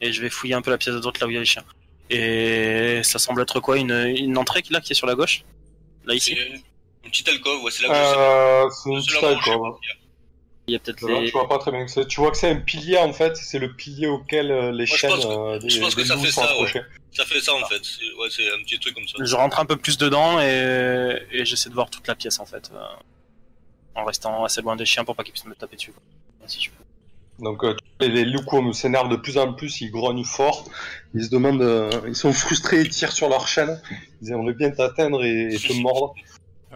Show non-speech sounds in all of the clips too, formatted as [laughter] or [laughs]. et je vais fouiller un peu la pièce de droite là où il y a les chiens. Et ça semble être quoi une, une entrée là qui est sur la gauche Là ici C'est Une petite alcôve, ouais, c'est là où Euh, c'est une c'est petite là où je sais alcôve. pas. Il y a peut-être Je vois, les... tu vois pas très bien que c'est. Tu vois que c'est un pilier en fait, c'est le pilier auquel euh, les je chaînes pense que- euh, des, je pense que des ça loups fait sont ça, ouais. accrochées. Ça fait ça en fait. C'est- Ouais, c'est un petit truc comme ça. Je rentre un peu plus dedans et, et j'essaie de voir toute la pièce en fait. euh, En restant assez loin des chiens pour pas qu'ils puissent me taper dessus. quoi. Si je peux. Donc euh, les, les loups comme s'énervent de plus en plus, ils grognent fort, ils se demandent, euh, ils sont frustrés, ils tirent sur leur chaîne, ils disent on veut bien t'atteindre et, et te mordre.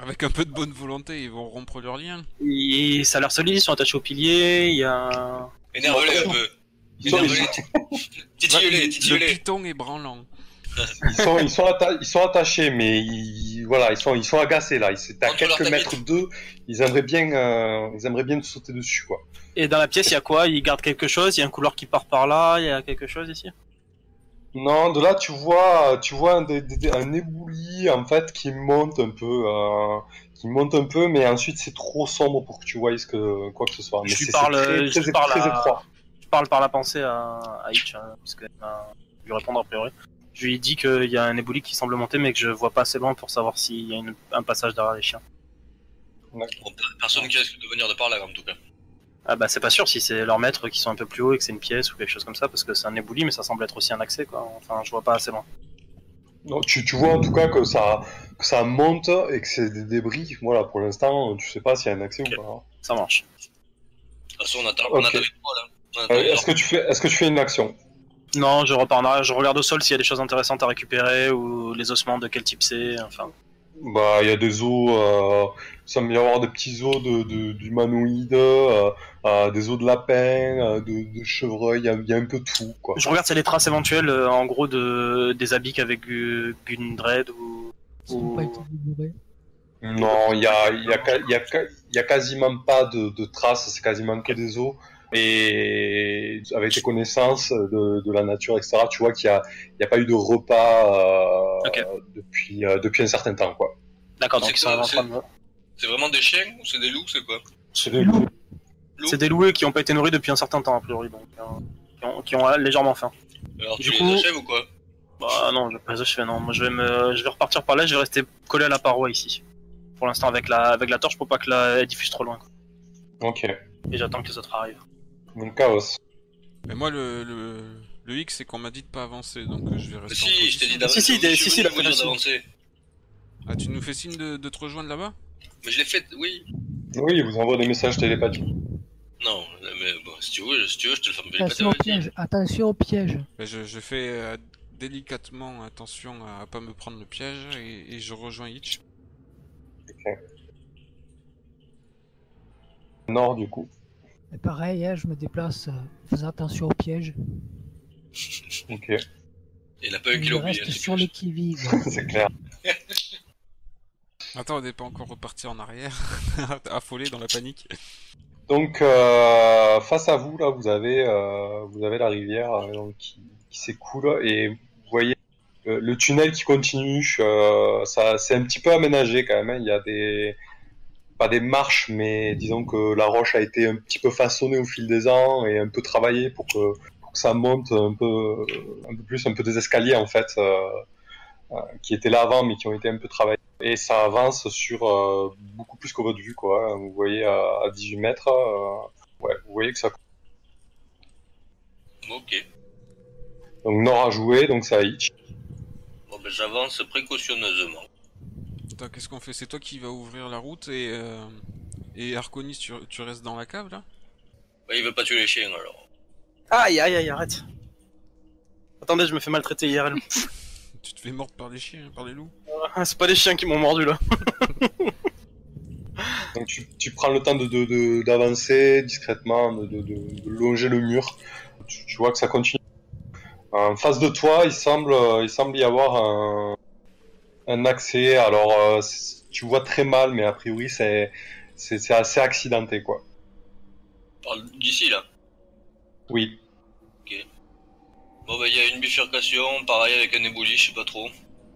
Avec un peu de bonne volonté, ils vont rompre leur lien. Et ça a l'air solide, ils sont attachés au pilier, il y a... Énerve-les un peu. Ils sont, ils Énerve-les. [laughs] Titille-les, Bah, le titille-les. piton est branlant. ils sont, ils sont atta- ils sont attachés, mais ils, voilà, ils sont, ils sont agacés là. Ils c'est à Entre leur tapis. quelques mètres d'eux, ils aimeraient bien, euh, ils aimeraient bien te sauter dessus quoi. Et dans la pièce, il y a quoi Ils gardent quelque chose, il y a un couloir qui part par là, il y a quelque chose ici Non, de là tu vois, tu vois un, des- des- un éboulis en fait qui monte un peu, euh, qui monte un peu, mais ensuite c'est trop sombre pour que tu voyes ce que quoi que ce soit. Mais Je lui c'est- parle, c'est très, euh, je très- lui parle très à- étroit. Je parle par la pensée à, à Hitch, hein, parce qu'elle m'a dû répondre a priori. Je lui ai dit qu'il y a un éboulis qui semble monter, mais que je vois pas assez loin pour savoir s'il y a une- un passage derrière les chiens. Bon, Personne qui risque de venir de par là, en tout cas. Ah bah c'est pas sûr si c'est leurs maîtres qui sont un peu plus haut et que c'est une pièce ou quelque chose comme ça, parce que c'est un éboulis, mais ça semble être aussi un accès, quoi. Enfin, je vois pas assez loin. Non, tu, tu vois en tout cas que ça, que ça monte et que c'est des débris. Voilà, pour l'instant, tu sais pas s'il y a un accès Ok. ou pas. Ça marche. De toute façon, on attend, Ok. on attend les trois là. On attend Ah Euh, les est-ce que tu fais, est-ce que tu fais une action Non, je repars en arrière, je regarde au sol s'il y a des choses intéressantes à récupérer ou les ossements de quel type c'est, enfin. Bah, il y a des os, euh, il semble y avoir des petits os de, de, d'humanoïdes, euh, euh, des os de lapin, euh, de, de chevreuil. Il y a- il y, a un peu tout quoi. Je regarde s'il y a des traces éventuelles, euh, en gros, de, des habits qu'avec Gu- Gundred ou. Ils ont pas été dévorés. Non, il y a, il y, a, ca- il y, a, ca- il y a quasiment pas de, de traces, c'est quasiment que des os. Et avec tes connaissances de, de la nature, etc., tu vois qu'il n'y a, il y a pas eu de repas euh, Ok. depuis, euh, depuis un certain temps. quoi. D'accord, donc C'est ils sont quoi, en train de. trois. C'est vraiment des chiens ou c'est des loups, c'est quoi C'est des loups. Loups C'est des loués qui ont pas été nourris depuis un certain temps, a priori, donc. euh, qui, ont, qui ont, euh, légèrement faim. Alors Du tu les coup- achèves ou quoi Bah non, je vais pas les achever, non. Moi, je vais, me, je vais repartir par là, je vais rester collé à la paroi ici. Pour l'instant, avec la, avec la torche pour pas que la elle diffuse trop loin. quoi. Ok, Et j'attends que les autres arrivent. donc chaos. Mais moi, le, le, le hic, c'est qu'on m'a dit de pas avancer, donc euh, je vais rester. Si, en je position. t'ai dit d'avancer. Si, si, Je suis si, si, venu la vous dire prévention. d'avancer. Ah, tu nous fais signe de, de te rejoindre là-bas Mais je l'ai fait, oui. Oui, il vous envoie des messages télépathiques. Non, mais bon, si tu veux, si tu veux, je te le fais pas Attention au piège. Attention au piège. Ben, je, je fais euh, délicatement attention à, pas me prendre le piège et, et je rejoins Hitch. Nord, du coup. Et pareil, hein, je me déplace, euh, faisant attention au piège. Ok, [laughs] Il a pas eu je qu'il oublie. reste sur le qui-vive. c'est clair. Attends, on n'est pas encore reparti en arrière, [laughs] affolé dans la panique. Donc, euh, face à vous, là, vous avez, euh, vous avez la rivière euh, donc, qui, qui s'écoule et vous voyez euh, le tunnel qui continue. euh, ça, c'est un petit peu aménagé quand même. hein. Il y a des, pas des marches, mais disons que la roche a été un petit peu façonnée au fil des ans et un peu travaillée pour que, pour que ça monte un peu, un peu plus, un peu des escaliers en fait, euh, euh, qui étaient là avant mais qui ont été un peu travaillés. Et ça avance sur euh, beaucoup plus que votre vue, quoi. hein. Vous voyez à, à 18 mètres, euh, ouais, vous voyez que ça. Ok. Donc Nord a joué, donc ça hitch. Bon, ben j'avance précautionneusement. Attends, qu'est-ce qu'on fait C'est toi qui vas ouvrir la route et. euh, Et Arconis, tu, tu restes dans la cave là Ouais, il veut pas tuer les chiens alors. Aïe, aïe, aïe, arrête. Attendez, je me fais maltraiter [laughs] IRL. Tu te fais mordre par les chiens, par les loups Ah, c'est pas les chiens qui m'ont mordu là. Donc tu, tu prends le temps de- de- de- d'avancer discrètement, de, de, de- de longer le mur. Tu, tu vois que ça continue. En face de toi, il semble, euh, il semble y avoir un, un accès. Alors euh, c'est- tu vois très mal, mais a priori c'est c'est c'est assez accidenté, quoi. Parle d'ici là. Oui. Bon, ben il y a une bifurcation, pareil avec un éboulis, je sais pas trop.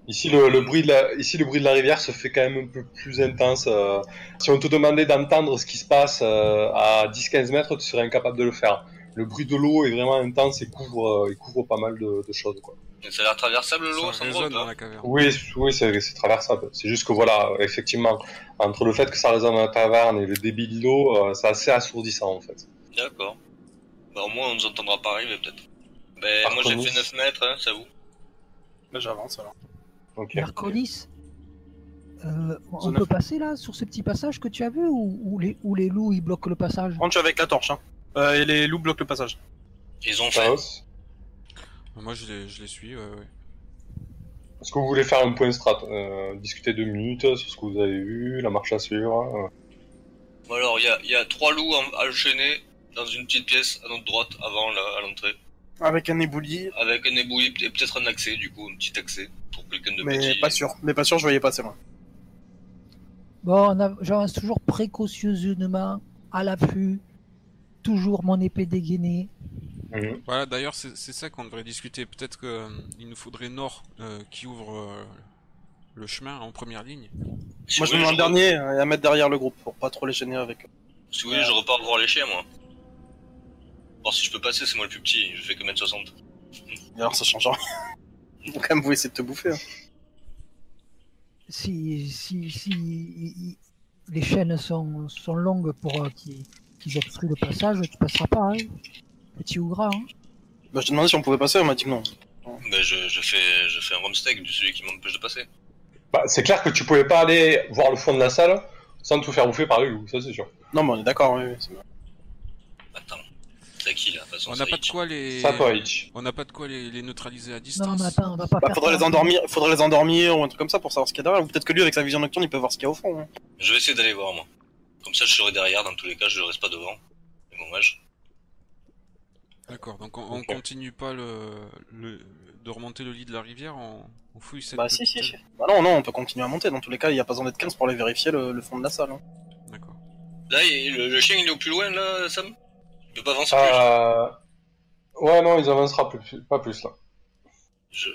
Ici le, le bruit de la, ici le bruit de la rivière se fait quand même un peu plus intense. euh. si on te demandait d'entendre ce qui se passe euh, à 10-15 mètres, tu serais incapable de le faire. le bruit de l'eau est vraiment intense et couvre, euh, il couvre pas mal de, de choses. Quoi. Ça a l'air traversable l'eau, ça sans gros, résonne dans là. la caverne. Oui, c- oui c'est c'est traversable. C'est juste que voilà, effectivement, entre le fait que ça résonne dans la taverne et le débit de l'eau, euh, c'est assez assourdissant en fait. D'accord. Bah, au moins, on nous entendra pas arriver, peut-être. Ben, Par moi, j'ai contre, fait 9 mètres, hein, ça vous. Bah, j'avance alors. Ok. Marconis, euh, on Zone peut info. passer là sur ce petit passage que tu as vu ou, ou les, ou les loups ils bloquent le passage Rentre avec la torche. Hein. Euh, et les loups bloquent le passage. Ils Bah ont fait. Chaos, Moi, je les, je les suis, ouais, ouais. est-ce que vous voulez faire un point strat euh, Discuter deux minutes sur ce que vous avez vu, la marche à suivre euh, Bon, alors, il y a, il y a trois loups en- enchaînés dans une petite pièce à notre droite, avant, la- à l'entrée. Avec un éboulis, Avec un éboulis et peut-être un accès, du coup, un petit accès pour quelqu'un de mais petit. pas sûr. Mais pas sûr, je voyais pas assez loin. Bon, on a- j'avance toujours précautionneusement, à l'affût, toujours mon épée dégainée. Mhm. Voilà, d'ailleurs, c'est c'est ça qu'on devrait discuter. Peut-être qu'il nous faudrait Nord euh, qui ouvre euh, le chemin en première ligne. Si Moi, je vous me mets en voulez, re- dernier euh, et à mettre derrière le groupe pour pas trop les gêner avec euh, eux. Si vous voulez, je repars voir les chiens, moi. Voir si je peux passer, c'est moi le plus petit, je fais que 1m60. Et Alors, ça change rien. [laughs] Ils vont quand même vous essayer de te bouffer. hein. Si, si, si i- i- les chaînes sont, sont longues pour euh, qu'ils qu'ils obstruent le passage, tu passeras pas, hein Petit ou gras, hein Bah, je t'ai demandé si on pouvait passer, on m'a dit que non. Ben, je, je fais, je fais un rumsteak de celui qui m'empêche de passer. Bah, c'est clair que tu pouvais pas aller voir le fond de la salle sans te faire bouffer par les loups, ça c'est sûr. Non, mais on est d'accord, oui, oui, c'est bon. Attends. C'est à qui, là De toute façon, On c'est n'a à pas de Hitch. quoi les... Ça toi, Hitch. On n'a pas de quoi les, les neutraliser à distance. Non, mais attends, on va pas Bah, faire faudrait ça. les endormir, faudrait les endormir ou un truc comme ça pour savoir ce qu'il y a derrière. Ou peut-être que lui, avec sa vision nocturne, il peut voir ce qu'il y a au fond. hein. Je vais essayer d'aller voir, moi. Comme ça, je serai derrière, dans tous les cas, je reste pas devant. C'est dommage. D'accord, donc on, on Ok. continue pas le, le- de remonter le lit de la rivière, on, on fouille cette Bah, si, si, petite- si. Bah, non, non, on peut continuer à monter. Dans tous les cas, il y a pas besoin d'être 15 pour aller vérifier le, le fond de la salle. hein. D'accord. Là, il- le, le chien, il est au plus loin, là, Sam Il peut pas avancer Euh... Ouais, non, ils avancera plus, pas plus là. plus. Je...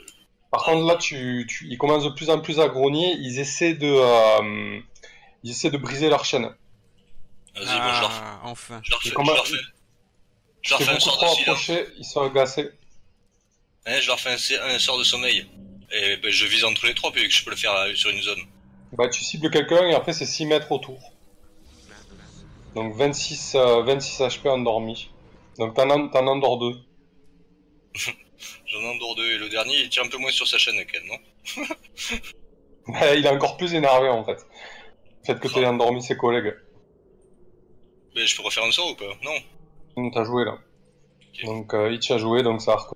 Par contre, là, tu, tu, ils commencent de plus en plus à grogner. Ils essaient de, euh, ils essaient de briser leur chaîne. Vas-y, bon, je leur fais. Ah, enfin. Je leur fais, je Euh, combat- leur fais. Je leur C'est fais un beaucoup sort trop de silence. approché. Ils sont agacés. Hein, je leur fais un, sé- un sort de sommeil. Et ben, je vise entre les trois, puis que je peux le faire euh, sur une zone. Bah, tu cibles quelqu'un et après c'est 6 mètres autour. Donc 26, euh, 26 HP endormis. Donc t'en en- t'en endors deux. J'en endors deux, et le dernier, il tient un peu moins sur sa chaîne qu'elle, non Ouais, il est encore plus énervé en fait. Le fait que t'aies endormi ses collègues. Mais Ben, je peux refaire un sort ou pas Non. Donc t'as joué là. Donc euh, Hitch a joué, donc ça a reco-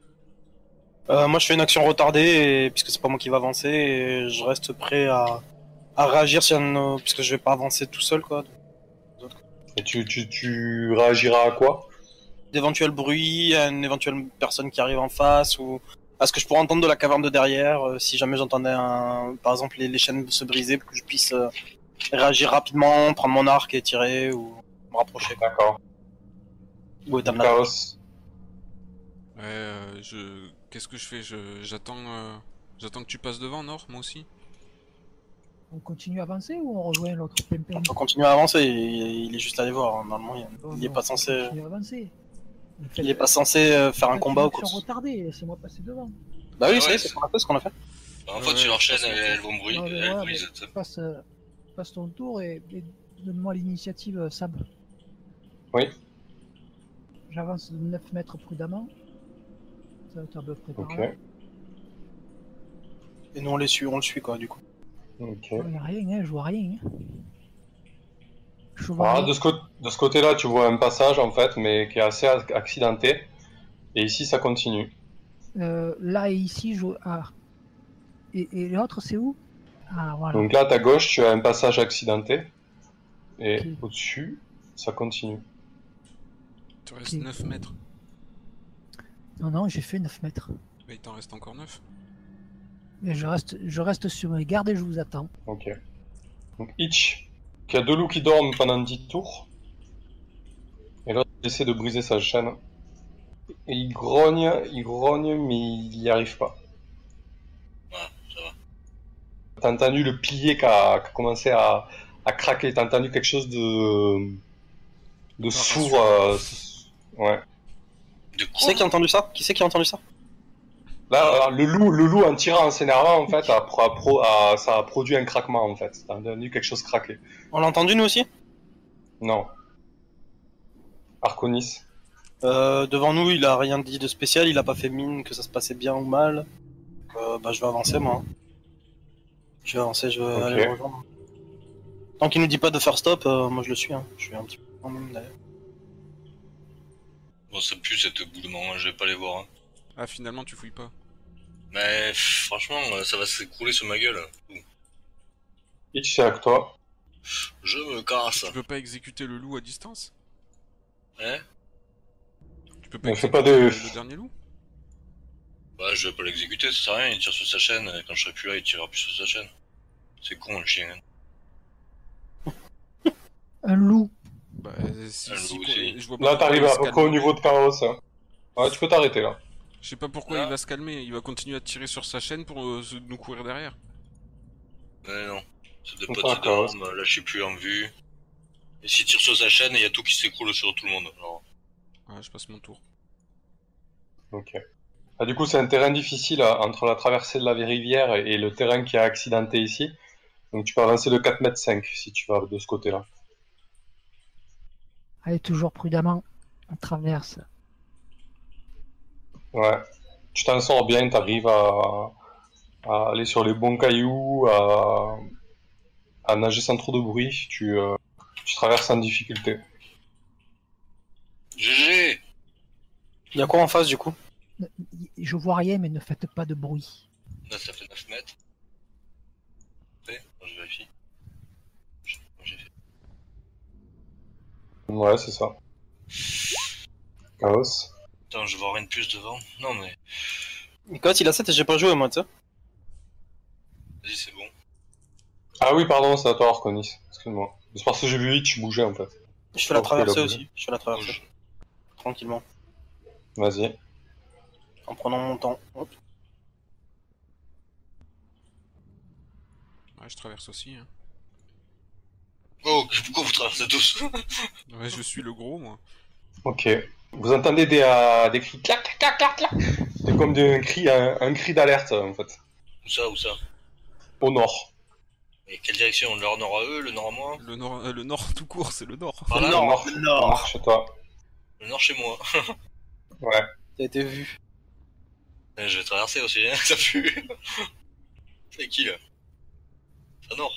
Euh, moi, je fais une action retardée, et- puisque c'est pas moi qui va avancer, et je reste prêt à, à réagir si un, puisque je vais pas avancer tout seul, quoi. Et tu, tu, tu réagiras à quoi D'éventuels bruits, à une éventuelle personne qui arrive en face, ou à ce que je pourrais entendre de la caverne de derrière, euh, si jamais j'entendais, un, par exemple, les, les chaînes se briser, pour que je puisse euh, réagir rapidement, prendre mon arc et tirer, ou me rapprocher, quoi. D'accord. Ou éteindre la- Chaos. Ouais, euh, je... Qu'est-ce que je fais je... J'attends euh, j'attends que tu passes devant, Nord, moi aussi On continue à avancer ou on rejoint l'autre pimpin On continue à avancer, il, il est juste allé voir, hein. normalement, il, il est pas On censé... continue à avancer. Ne faites- Il est pas censé euh, faire un faites combat une ou action quoi. retardée, laissez-moi passer devant. Bah oui, Ah ça y ouais, est, c'est ce qu'on a fait, ce qu'on a fait. Bah, en Ouais, fait, ouais, sur leur je chaîne, pense elles, que- elles vont bruit, Non, mais elles ouais, brisent. Passe, euh, passe ton tour et, et donne-moi l'initiative, euh, Sab. Oui. J'avance de 9 mètres prudemment. Ça va être un bœuf préparé. Ok. Et nous on les suit, on le suit quoi du coup. Ok. Il n'y a rien, hein, je vois rien. hein. Je vois Ah, rien. de ce, cô- de ce côté-là, tu vois un passage en fait, mais qui est assez ac- accidenté. Et ici, ça continue. Euh, là et ici, je. Ah. Et, et l'autre, c'est où Ah, voilà. Donc là, à ta gauche, tu as un passage accidenté. Et Ok. au-dessus, ça continue. Tu restes Ok. 9 mètres. Non, non, j'ai fait 9 mètres. Mais Bah, il t'en reste encore 9. Mais je reste, je reste sur mes gardes et je vous attends. Ok. Donc Hitch, qui a deux loups qui dorment pendant 10 tours. Et l'autre il essaie de briser sa chaîne. Et il grogne, il grogne, mais il n'y arrive pas. Ah, ça va. T'as entendu le pilier qui a, qui a commencé à, à craquer, t'as entendu quelque chose de, de Pas sourd. rassurant. euh, s- ouais. De Qui quoi c'est qui a entendu ça Qui c'est qui a entendu ça Là, alors, le loup, le loup en tirant, en s'énervant, en fait, a, pro- a pro- a- ça a produit un craquement, en fait. Ça a devenu quelque chose craqué. On l'a entendu nous aussi Non. Arconis. Euh, Devant nous, il a rien dit de spécial, il a pas fait mine que ça se passait bien ou mal. Euh, bah, je vais avancer moi. Je vais avancer, je vais Ok. aller le rejoindre. Tant qu'il nous dit pas de faire stop, euh, moi je le suis. Hein. Je suis un petit peu en même d'ailleurs. Bon, ça pue cette boule de moment, je vais pas les voir. hein. Ah, finalement, tu fouilles pas. Mais pff, franchement, euh, ça va s'écrouler sur ma gueule. Itch, c'est avec toi. Je me casse. Tu peux pas exécuter le loup à distance Hein Tu peux pas Mais fais exécuter pas de... le dernier loup Bah, je vais pas l'exécuter, ça sert à rien, il tire sur sa chaîne, et quand je serai plus là, il tirera plus sur sa chaîne. C'est con, le chien. hein. Un loup. Bah, euh, si, Un si, loup quoi, aussi. je vois pas Là, pourquoi t'arrives il à se peu calme. près au niveau de Carlos. hein. Ouais, tu peux t'arrêter, là. Je sais pas pourquoi Ah. il va se calmer, il va continuer à tirer sur sa chaîne pour euh, se- nous courir derrière. Mais non, c'est deux Faut potes pas, c'est quoi. d'armes, là je suis plus en vue. Et s'il tire sur sa chaîne, il y a tout qui s'écroule sur tout le monde. Alors, Ouais, je passe mon tour. Ok. Ah, du coup, c'est un terrain difficile euh, entre la traversée de la rivière et le terrain qui a accidenté ici. Donc, tu peux avancer de 4 mètres 5 si tu vas de ce côté-là. Allez, toujours prudemment. On traverse. Ouais. Tu t'en sors bien, t'arrives à... à aller sur les bons cailloux, à, à nager sans trop de bruit. Tu, euh, tu traverses sans difficulté. GG Il y a quoi en face du coup Ne- y- Je vois rien, mais ne faites pas de bruit. Là ça fait 9 mètres. Ouais, attends, je vérifie. Je- j'ai fait. Ouais, c'est ça. Chaos. Putain, je vois rien de plus devant. Non mais, Nicolas, il a 7 et j'ai pas joué moi, tu sais. vas-y c'est bon. Ah oui, pardon, c'est à toi, Arconis. Excuse-moi. C'est parce que j'ai vu Hitch bouger, en fait. Je fais la Ok, traversée là, aussi. Je fais la traversée. Bouge. Tranquillement. Vas-y. En prenant mon temps. Hop. Ouais, je traverse aussi. hein. Oh, pourquoi vous traversez tous Ouais, je suis le gros, moi. Ok. Vous entendez des, euh, des cris clac clac clac clac clac. C'est comme des- un cri, un, un cri d'alerte en fait. Où ça, où ça Au nord. Mais quelle direction Leur nord à eux, le nord à moi Le nord, euh, le nord tout court, c'est le nord. Par Au là nord. Au nord. nord chez toi. Le nord chez moi. Ouais. T'as été vu. Eh, Je vais traverser aussi, hein, ça pue. [laughs] C'est qui là Ça nord.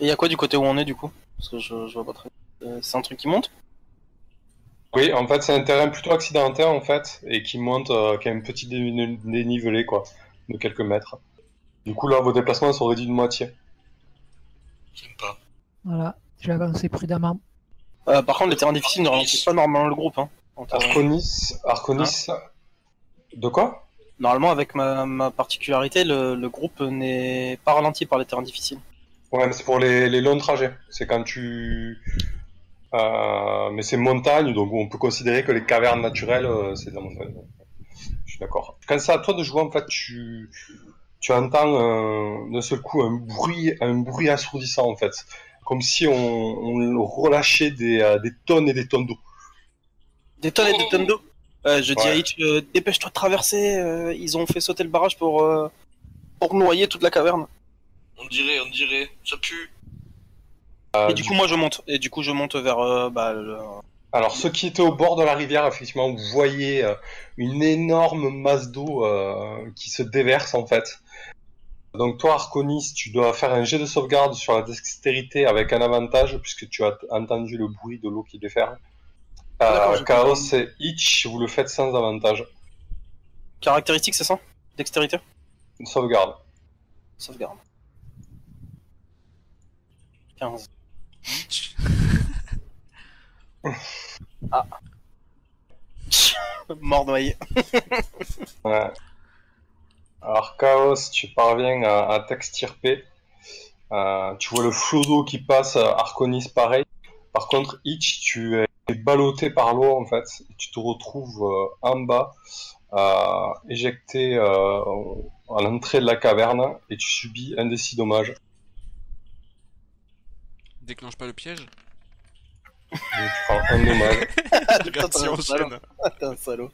Et il y a quoi du côté où on est du coup Parce que je, je vois pas très. Euh, c'est un truc qui monte Oui, en fait, c'est un terrain plutôt accidenté en fait et qui monte, euh, qui a un petit dé- dénivelé quoi, de quelques mètres. Du coup, là, vos déplacements sont réduits de moitié. J'aime pas. Voilà. Je vais avancer prudemment. Euh, Par contre, les terrains difficiles ne ralentissent pas normalement le groupe. Hein, En termes- Arconis, Arconis. De quoi Normalement, avec ma, ma particularité, le, le groupe n'est pas ralenti par les terrains difficiles. Ouais, mais c'est pour les, les longs trajets. C'est quand tu. Euh, mais c'est montagne, donc on peut considérer que les cavernes naturelles, euh, c'est de la montagne. Je suis d'accord. Quand c'est à toi de jouer, en fait, tu, tu entends euh, d'un seul coup un bruit, un bruit assourdissant, en fait. Comme si on, on relâchait des, euh, des tonnes et des tonnes d'eau. Des tonnes et des tonnes d'eau Euh, Je dis à Ouais. Hitch, euh, dépêche-toi de traverser, euh, ils ont fait sauter le barrage pour, euh, pour noyer toute la caverne. On dirait, on dirait, ça pue. Euh, et du, coup, moi je monte, et du coup je monte vers... euh, bah, le- Alors, ceux qui étaient au bord de la rivière, effectivement, vous voyez euh, une énorme masse d'eau euh, qui se déverse, en fait. Donc, toi, Arconis, tu dois faire un jet de sauvegarde sur la dextérité avec un avantage, puisque tu as t- entendu le bruit de l'eau qui déferle. D'accord, Euh, je Chaos comprends. et Itch, vous le faites sans avantage. Caractéristique, c'est ça Dextérité Une sauvegarde. Sauvegarde. 15. [laughs] Mort noyé. Ouais. Alors, Chaos, tu parviens à, à t'extirper. Euh, tu vois le flot d'eau qui passe, euh, Arconis pareil. Par contre, Hitch, tu es ballotté par l'eau en fait. Tu te retrouves euh, en bas, euh, éjecté euh, à l'entrée de la caverne et tu subis un des six dommages. Déclenche pas le piège. Donc, tu prends un de mal. Putain, [laughs] Regarde si t'es un on salaud. enchaîne. T'es un salaud.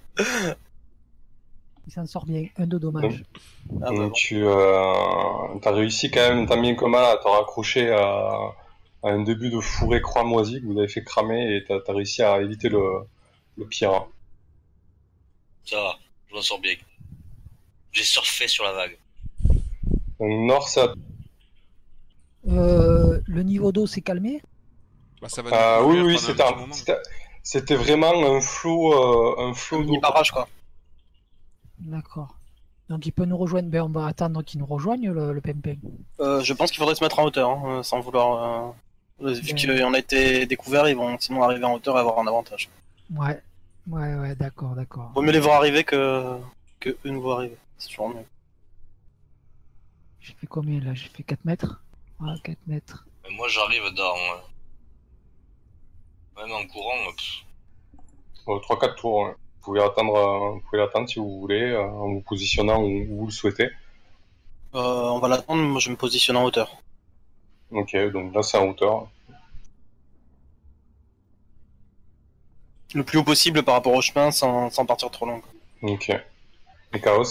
Il s'en sort bien, un de dommage. Ah, bah, Donc, bon. tu euh, as réussi quand même, t'as mis le coma à te raccrocher à, à un début de fourré croix moisie que vous avez fait cramer et t'as as réussi à éviter le, le pire. Ça va, je m'en sors bien. J'ai surfé sur la vague. Au nord, ça. Euh, le niveau d'eau s'est calmé. Bah, ça va Ah nous oui, couvrir oui, pendant c'était un un- petit moment. c'était- c'était vraiment un flot, euh, un flot d'eau. Mini barrage quoi. D'accord. Donc il peut nous rejoindre. Ben, on va attendre qu'il nous rejoigne, le, le pimpin. Euh, je pense qu'il faudrait se mettre en hauteur, hein, euh, sans vouloir. euh, Vu Ouais. qu'on a été découvert, ils vont sinon arriver en hauteur et avoir un avantage. Ouais. Ouais, ouais, d'accord, d'accord. Vaut mieux les voir arriver que, que eux nous voir arriver. C'est toujours mieux. J'ai fait combien là J'ai fait 4 mètres Ouais, 4 mètres. Mais moi, j'arrive dans. euh, Même en courant, euh, pff, 3-4 Euh, tours. ouais. Vous pouvez attendre, euh, vous pouvez l'attendre si vous voulez, euh, en vous positionnant où où vous le souhaitez. Euh, on va l'attendre, moi je me positionne en hauteur. Ok, donc là c'est en hauteur. Le plus haut possible par rapport au chemin sans, sans partir trop long. quoi. Ok. Et Chaos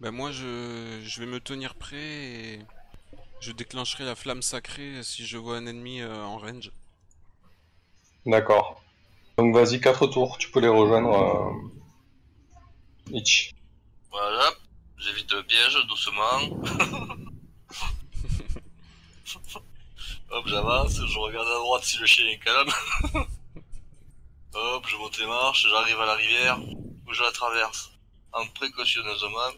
Bah, moi, je... je vais me tenir prêt et je déclencherai la flamme sacrée si je vois un ennemi euh, en range. D'accord. Donc vas-y, 4 tours, tu peux les rejoindre. Euh... Itch. voilà, j'évite le piège doucement. Hop, j'avance, je regarde à droite si le chien est calme. [laughs] Hop, je monte les marches, j'arrive à la rivière, où je la traverse, en précautionneusement.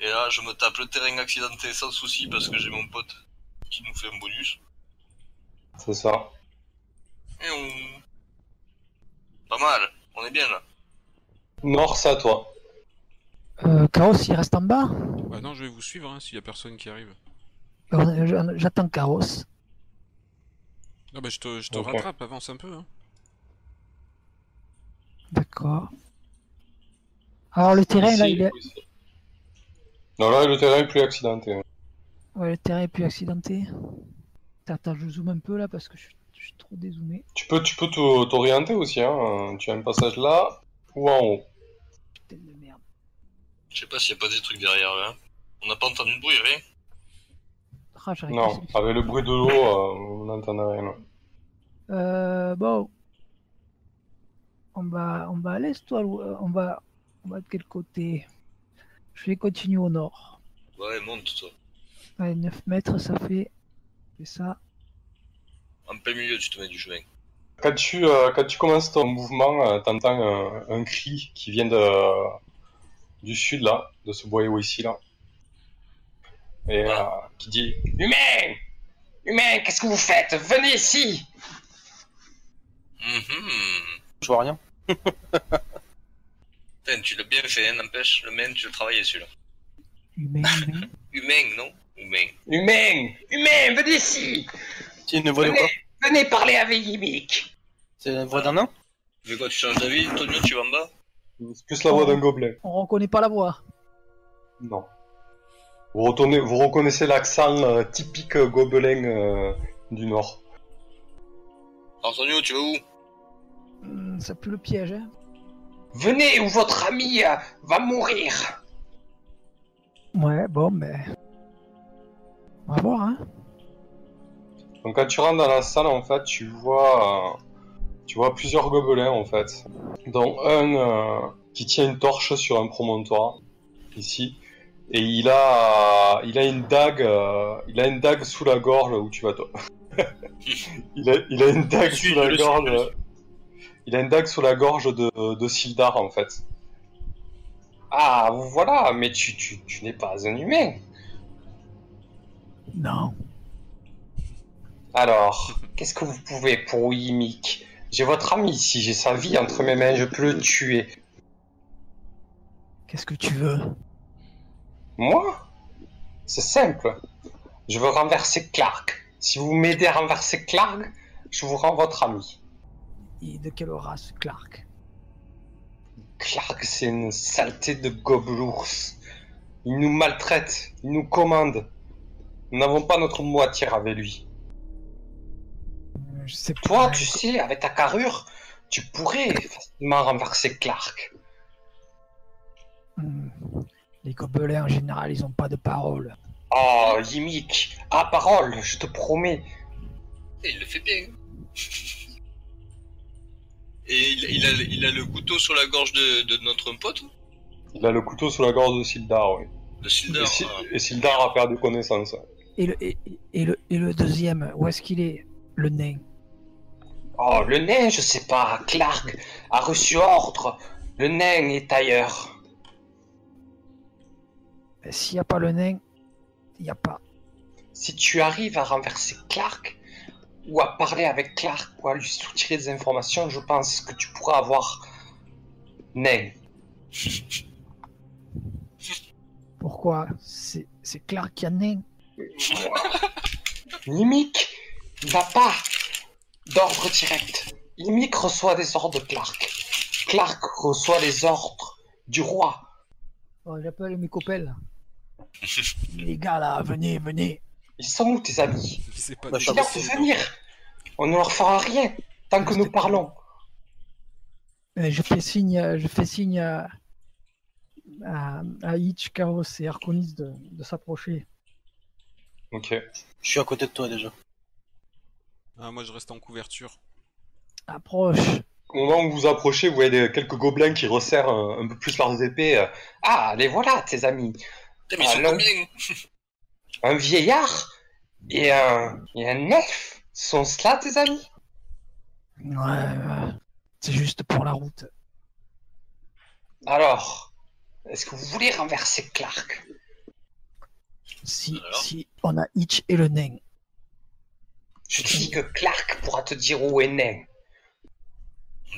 Et là, je me tape le terrain accidenté sans souci parce que j'ai mon pote qui nous fait un bonus. C'est ça. Et on... Pas mal, on est bien là. Nord, ça toi. Euh, Chaos, il reste en bas Bah, non, je vais vous suivre hein, s'il y a personne qui arrive. Euh, j'- J'attends Chaos. Non, bah, je te, je te Ok. rattrape, avance un peu. Hein. [laughs] D'accord. Alors le terrain là, Ici, il est... ici. Non, là le terrain est plus accidenté. Ouais, le terrain est plus accidenté. Attends, attends, je zoome un peu là parce que je suis, je suis trop dézoomé. Tu peux, tu peux t'o- t'orienter aussi. Hein. Tu as un passage là ou en haut. Putain de merde. Je sais pas s'il y a pas des trucs derrière là. On n'a pas entendu de bruit, hein. rien. Ah, j'arrive pas à Non, sélectionner. avec le bruit de l'eau, euh, on n'entendait rien. Euh, bon. On va, on va à l'est, toi, ou- euh, on va, on va de quel côté Je vais continuer au nord. Ouais, monte toi. Ouais, 9 mètres, ça fait, c'est ça. En plein milieu, tu te mets du chemin. Quand tu, euh, quand tu commences ton mouvement, euh, t'entends un, un cri qui vient de, du sud, là, de ce boyau ici, là. Et euh, qui dit Humain Humain, qu'est-ce que vous faites Venez ici Mhm. Je vois rien. Putain, tu l'as bien fait, hein, n'empêche. Le main, tu l'as travaillé celui-là. Humain, humain. Humain, non Humain. Humain Humain, venez ici C'est une voix de quoi Venez parler avec Yimik C'est la voix d'un nain Tu veux quoi, tu changes d'avis Tonio, tu vas en bas C'est plus la voix d'un gobelet. On reconnaît pas la voix. Non. Vous, retournez- vous reconnaissez l'accent euh, typique gobelin euh, du Nord. Alors, Tonio, tu vas où Hmm, ça pue le piège, hein. Venez ou votre ami euh, va mourir Ouais, bon, ben. On va voir, hein. Donc quand tu rentres dans la salle, en fait, tu vois, euh, tu vois plusieurs gobelins, en fait. Dont un euh, qui tient une torche sur un promontoire, ici. Et il a, il a une dague, euh, il a une dague sous la gorge où tu vas toi. [laughs] il, a, il a une dague Je suis, sous je la le suis, gorge. je le euh, Il a une dague sous la gorge de, de Sildar en fait. Ah, vous voilà, mais tu, tu, tu n'es pas un humain. Non. Alors, Qu'est-ce que vous pouvez pour Yimik J'ai votre ami ici, j'ai sa vie entre mes mains, je peux le tuer. Qu'est-ce que tu veux moi C'est simple. Je veux renverser Clark. Si vous m'aidez à renverser Clark, je vous rends votre ami. Et de quelle race, Clark Clark, c'est une saleté de gobelours. Il nous maltraite, il nous commande. Nous n'avons pas notre mot à dire avec lui. Hmm, je sais pas. Toi, tu sais, avec ta carrure, tu pourrais facilement renverser Clark. Hmm. Les gobelins, en général, ils ont pas de parole. Oh, Yimik, à parole, je te promets. Et Eh, il le fait bien. [laughs] Et il, il a, il a le couteau sur la gorge de, de notre pote, Il a le couteau sous la gorge de Sildar, oui. de Sildar. Et, Si- et Sildar a perdu connaissance. Et le, et, et le, et le deuxième, où est-ce qu'il est Le nain. Oh, le nain, je sais pas, Clark a reçu ordre. Le nain est ailleurs. Ben, S'il n'y a pas le nain, il n'y a pas. Si tu arrives à renverser Clark, ou à parler avec Clark, ou à lui soutirer des informations, je pense que tu pourras avoir nain. Pourquoi C'est c'est Clark qui a nain. Mimic n'a pas d'ordre direct. Mimic reçoit des ordres de Clark. Clark reçoit les ordres du roi. Oh, J'appelle mes [laughs] copains là. Les gars là, venez, venez. Ils sont où tes amis Il sait pas Bah, du ça Ils tout. va, doivent venir. On ne leur fera rien tant que nous parlons. Euh, je fais signe, euh, je fais signe à, à, à Hitch, Chaos et Arconis de, de s'approcher. Ok. Je suis à côté de toi déjà. Ah, moi je reste en couverture. Approche. Au moment où vous vous approchez, vous voyez des- quelques gobelins qui resserrent euh, un, peu plus leurs épées. euh. Ah, les voilà, tes amis. Putain, mais ils sont Alors- combien Un vieillard et un, et un elfe. Sont cela tes amis Ouais, ouais. c'est juste pour la route. Alors, est-ce que vous voulez renverser Clark Si, Alors si on a Hitch et le nain. Je te dis que Clark pourra te dire où est nain.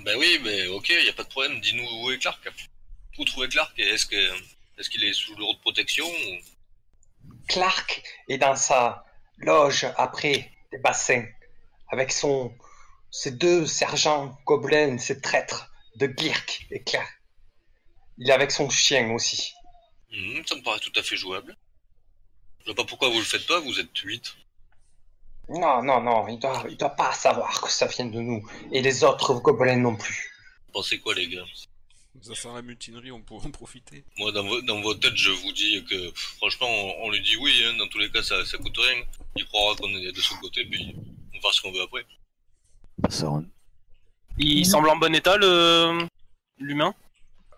Ben oui, mais ok, y a pas de problème. Dis-nous où est Clark. Où trouver Clark et est-ce que est-ce qu'il est sous l'eau de protection ou... Clark est dans sa loge après les bassins, avec son, ses deux sergents gobelins, ses traîtres de Glirk et Clark. Il est avec son chien aussi. Mhm, Ça me paraît tout à fait jouable. Je vois pas pourquoi vous le faites pas. Vous êtes 8. Non, non, non, il doit, il doit pas savoir que ça vient de nous. Et les autres gobelins non plus. Pensez quoi, les gars Ça sert à la mutinerie, on pourrait en profiter. Moi, dans, vo- dans vos têtes, je vous dis que franchement, on, on lui dit oui. hein, dans tous les cas, ça, ça coûte rien. Il croira qu'on est de son côté, puis on va ce qu'on veut après. Parce qu'on- Il Mhm. semble en bon état le l'humain.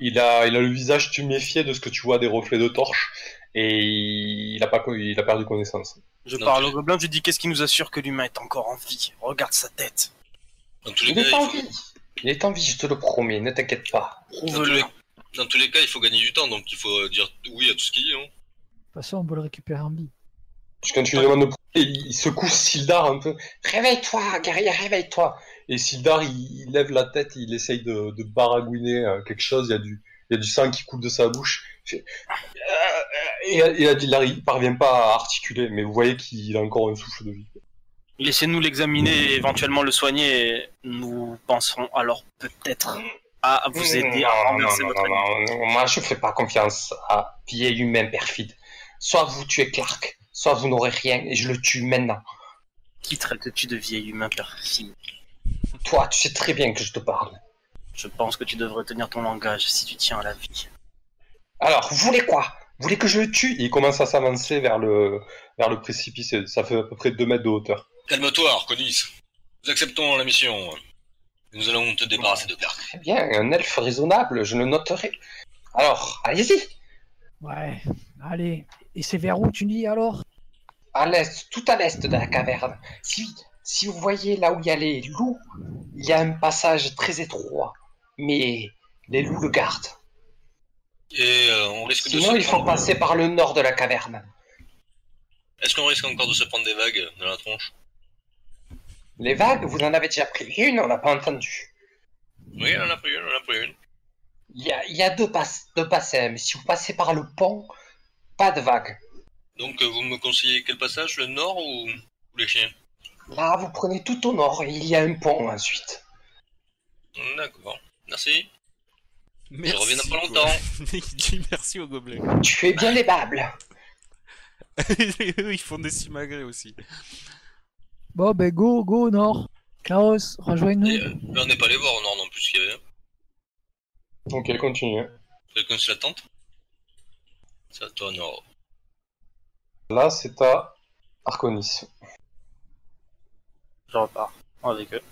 Il a, il a le visage tuméfié de ce que tu vois des reflets de torche et il, il a pas, co- il a perdu connaissance. Je Non. parle au gobelin, je lui dis qu'est-ce qui nous assure que l'humain est encore en vie. Regarde sa tête. Dans tous les Il cas, est il en faut- vie. Il est en vie, je te le promets, ne t'inquiète pas. dans, tous Prouve-le. les... dans tous les cas, il faut gagner du temps, donc il faut dire oui à tout ce qu'il dit. Hein. de toute façon, on peut le récupérer en vie. Parce que Quand tu lui demandes de et il secoue Sildar un peu Réveille-toi, guerrier, réveille-toi. et Sildar il, il lève la tête, il essaye de, de baragouiner euh, quelque chose. Il y a du, il y a du sang qui coule de sa bouche. Il fait, euh, euh, et, et il, arrive- il parvient pas à articuler, mais vous voyez qu'il a encore un souffle de vie. Laissez-nous l'examiner et éventuellement le soigner et nous penserons alors peut-être à vous aider à Non, non, renverser non, votre non, ennemi. non, non, moi je fais pas confiance à vieil humain perfide. Soit vous tuez Clark, soit vous n'aurez rien et je le tue maintenant. Qui traites-tu de vieil humain perfide Toi, tu sais très bien que je te parle. Je pense que tu devrais tenir ton langage si tu tiens à la vie. Alors, vous voulez quoi Vous voulez que je le tue Il commence à s'avancer vers le, vers le précipice. Ça fait à peu près 2 mètres de hauteur. Calme-toi, Arconis. Nous acceptons la mission. Nous allons te débarrasser de Clark. Très bien, un elfe raisonnable, je le noterai. Alors, allez-y, Ouais, allez. Et c'est vers où tu dis alors à l'est, tout à l'est de la caverne. Si, si vous voyez là où il y a les loups, il y a un passage très étroit, mais les loups le gardent. Et euh, on risque de Sinon, se ils font prendre- passer par le nord de la caverne. Est-ce qu'on risque encore de se prendre des vagues dans la tronche Les vagues, vous en avez déjà pris une, on n'a pas entendu. Oui, on en a pris une, on en a pris une. Il y a, il y a deux, passes, deux passés, mais si vous passez par le pont, pas de vagues. Donc euh, vous me conseillez quel passage Le nord ou, ou les chiens Là, vous prenez tout au nord et il y a un pont ensuite. D'accord. Merci. Merci. reviens dans pas quoi. [laughs] longtemps. il dit merci aux gobelins. [laughs] Tu es bien aimable. Eux, ils font des simagrées aussi. Bon, ben go, go au nord. Klaus, rejoins-nous. Et, euh, mais on n'est pas allé voir au nord non plus ce qu'il y avait. hein. Ok, continue. Quelqu'un se l'attend C'est à toi, Nord. Là, c'est à Arconis. Je repars avec eux.